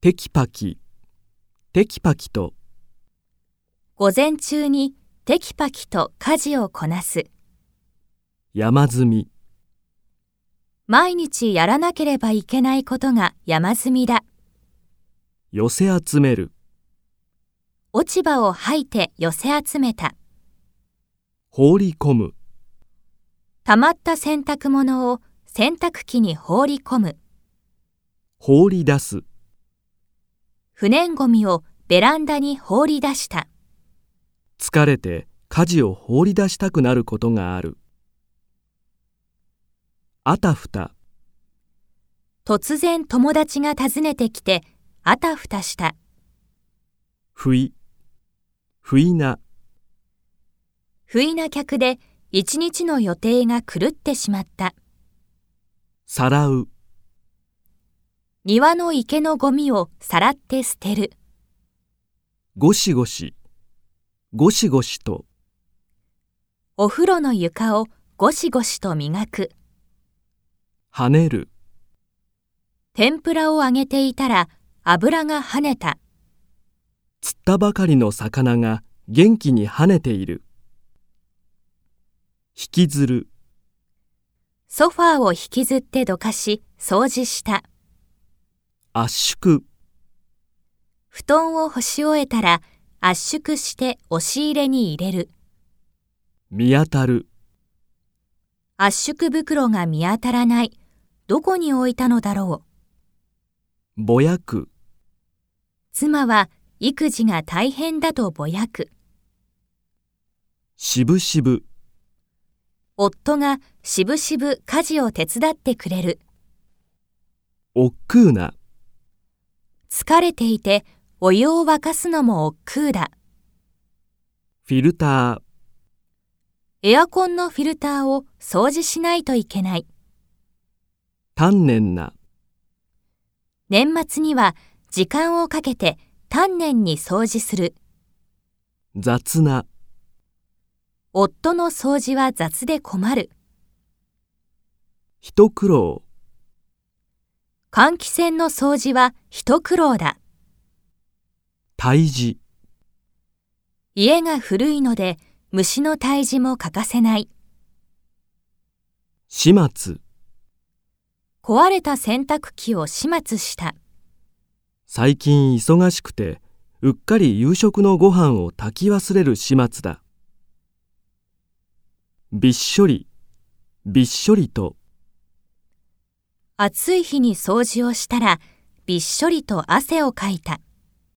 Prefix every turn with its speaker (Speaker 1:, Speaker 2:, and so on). Speaker 1: テキパキ、テキパキと
Speaker 2: 午前中にテキパキと家事をこなす。
Speaker 1: 山積み、
Speaker 2: 毎日やらなければいけないことが山積みだ。
Speaker 1: 寄せ集める、
Speaker 2: 落ち葉を吐いて寄せ集めた。
Speaker 1: 放り込む、
Speaker 2: 溜まった洗濯物を洗濯機に放り込む。
Speaker 1: 放り出す、
Speaker 2: 不燃ゴミをベランダに放り出した。
Speaker 1: 疲れて家事を放り出したくなることがある。あたふた、
Speaker 2: 突然友達が訪ねてきて、あたふたした。
Speaker 1: 不意、不意な、
Speaker 2: 不意な客で一日の予定が狂ってしまった。
Speaker 1: さらう、
Speaker 2: 庭の池のゴミをさらって捨てる。
Speaker 1: ゴシゴシ、ゴシゴシと
Speaker 2: お風呂の床をゴシゴシと磨く。
Speaker 1: 跳ねる、
Speaker 2: 天ぷらを揚げていたら油が跳ねた。
Speaker 1: 釣ったばかりの魚が元気に跳ねている。引きずる、
Speaker 2: ソファーを引きずってどかし、掃除した。
Speaker 1: 圧縮、
Speaker 2: 布団を干し終えたら圧縮して押し入れに入れる。
Speaker 1: 見当たる、
Speaker 2: 圧縮袋が見当たらない。どこに置いたのだろう。
Speaker 1: ぼやく、
Speaker 2: 妻は育児が大変だとぼやく。
Speaker 1: しぶしぶ。
Speaker 2: 夫がしぶしぶ家事を手伝ってくれる。
Speaker 1: 億劫な、
Speaker 2: 疲れていてお湯を沸かすのも億劫だ。
Speaker 1: フィルター、
Speaker 2: エアコンのフィルターを掃除しないといけない。
Speaker 1: 丹念な、
Speaker 2: 年末には時間をかけて丹念に掃除する。
Speaker 1: 雑な、
Speaker 2: 夫の掃除は雑で困る。
Speaker 1: 一苦労、
Speaker 2: 換気扇の掃除は一苦労だ。
Speaker 1: 退治、
Speaker 2: 家が古いので虫の退治も欠かせない。
Speaker 1: 始末、
Speaker 2: 壊れた洗濯機を始末した。
Speaker 1: 最近忙しくて、うっかり夕食のご飯を炊き忘れる始末だ。びっしょり、びっしょりと、
Speaker 2: 暑い日に掃除をしたらびっしょりと汗をかいた。